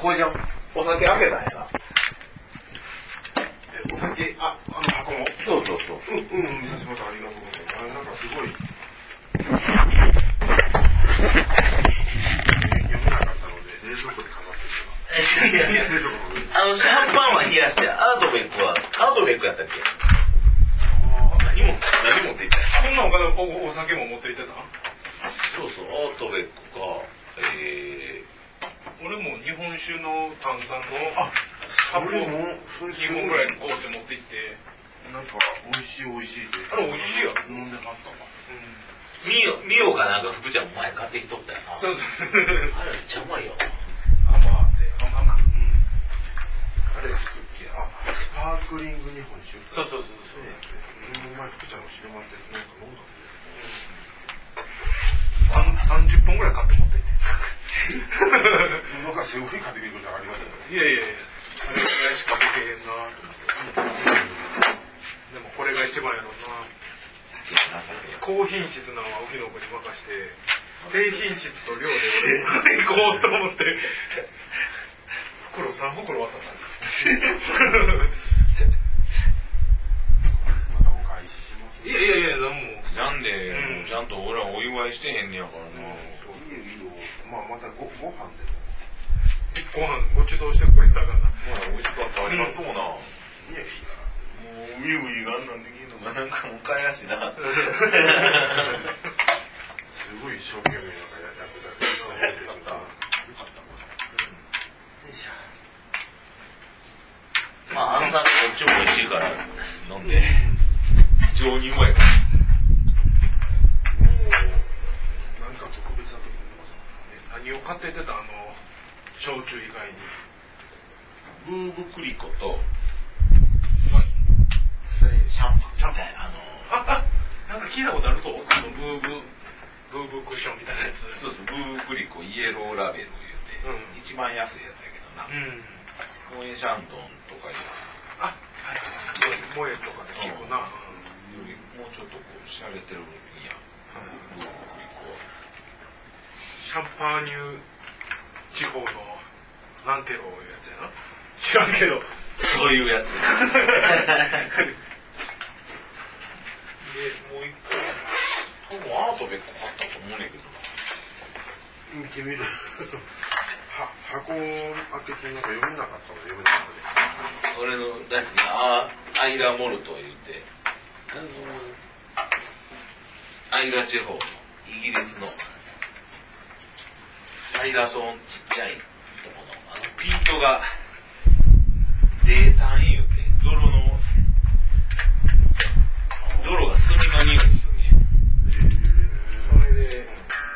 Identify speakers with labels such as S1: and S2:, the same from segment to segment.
S1: これじゃ、お酒開けたんやな。
S2: えお酒、あ、あの箱も。
S1: そうそうそう。
S2: うん、うん、すみません、ありがとうございます。あれなんかすごい。読めなかったので、冷蔵庫で飾って
S3: いやいや
S2: る。冷蔵庫の上に。
S3: あの、シャンパンは冷やして、アートベックは、アートベックやったっけ何も、何持っていった
S2: そんなお金おお酒も持って行ってた
S3: そうそう、アートベックか、え
S2: 俺も日本酒の炭酸の
S4: あ
S2: カップ
S4: 俺
S2: を
S4: もそれ
S2: 2本ぐらいこうって持って行って、
S4: なんか美味しい美味しいって
S2: あれ美味しいよ。
S4: 飲んではったわ
S3: ー、ミオ、ミオがなんか福ちゃん前買ってきとったよな。
S2: そうそう
S3: あ
S2: そう。
S3: れめっちゃうまいよ。
S2: 甘
S4: あ
S2: って、甘甘。
S4: れ好きやあスパークリング日本酒
S2: そうそうそう
S4: そうやって俺も前福ちゃんの白まってなんか飲んだんだ
S2: そう。三30本ぐらい買って持って
S4: よ
S2: 行って。
S4: なんかセオフィー買ってくることありましたよね
S2: いやいやいや、あれぐらいしか負けへんなと思って。でもこれが一番やろうな。高品質なのは荻野子に任して、低品質と量で俺も 行こうと思って、袋3袋渡された。
S4: またお返しします
S2: いやいやいや、何も。
S5: なんで、
S2: うん
S5: ちゃんと俺はお祝いしてへんねやからな。
S4: いいよいいよまあまたごご飯でも
S2: ご飯ごちそうしてくれたからな。
S5: まあ、美味しかった。ありがとうな。も
S4: いやいいな
S5: う、みゆいがあんなんできんのがなんかもったいなし な。あ
S4: すごい一生懸命なんかやってたけどよかったよかったよいしょ
S3: まあ、あのさんこっちも美味しいから、飲んで。
S5: 非常にうまいから。
S4: もうなんか特別な時に飲みます
S2: 何を買ってってたあの、焼酎以外に。
S5: ブーブクリコと、
S3: それ、シャンパン。シャンパン。あの、
S2: あ、あ、 なんか聞いたことあるぞ。あの、ブーブー、ブーブークッションみたいなやつ。
S5: そうそう、ブーブクリコイエローラベルを言うて、
S2: うん
S5: 一番安いやつやけどな。
S2: うん。
S5: 公園シャンドンとかいう
S2: あ、萌えとかで聞くな。
S5: よりもうちょっとこう、しゃれてるいやん。ブーブクリコは。
S2: シャンパーニュ地方の、なんていうやつやな。知らんけど。
S5: そういうやつ。 で、もう一個、多分アートベック買ったと思うねんけどな。
S4: 見てみる。は、箱を開けてなんか読めなかったので読めなかった
S3: 俺の大好きなアーアイラモルトを言って、あの、アイラ地方の、イギリスの、アイラソンちっちゃいとこの、あの、ピントが、泥炭言うて、泥の、泥が炭の匂いするね。
S2: それで、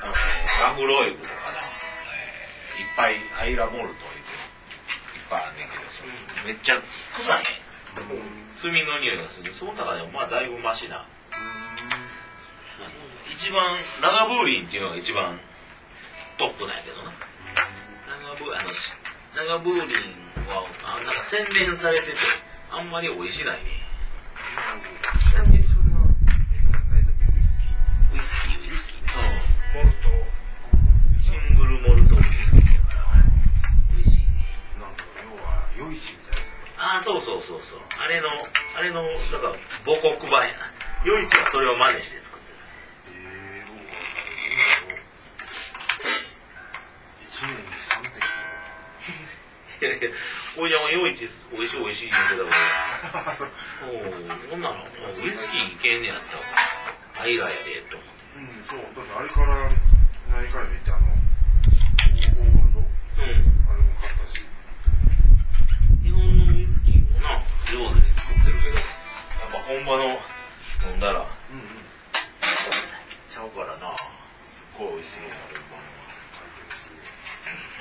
S3: あのラフロイグとかな、えーいっぱいアイラモルトいて、いっぱいあんねんけど、それめっちゃ臭いね炭の匂いがする。その中でもまあだいぶマシな。一番、ラガブーリンっていうのが一番トップなんやけどな。ラガブあの、しラガブーリンは、あなんか洗練されてて、あんまり美味しないね。
S4: ちなみにそれは、何だっけ、ウイスキー
S3: ウイスキー、ウイスキー。
S2: モルト、
S3: シングルモルトウイスキーだから、美味しいね。
S4: なんか要は、夜市みたいな
S3: あ
S4: や
S3: あ、そうそうそうそう。あれの、あれの、だから、母国版やな。余市はそれを真似して作ってる。
S4: つ。えー、どうなんだろう。一年に三
S3: い
S4: 点。
S3: やいや、おいちゃんは余市、美味しい美味しい言う
S4: あ、そう。
S3: けど、おうそんなの、もうウイスキーいけんねやったら、アイラやで、と思っ
S4: うん、そう。だってあれから、何回も行って、あの、オールド、
S3: て。う
S4: あれも買ったし。
S3: ん。日本のウイスキーもな、上手で作ってるけど、やっぱ本場の飲んだら、
S4: うんうん。
S3: ちゃうからな、すっごい美味しいのあるか
S4: 買ってるし。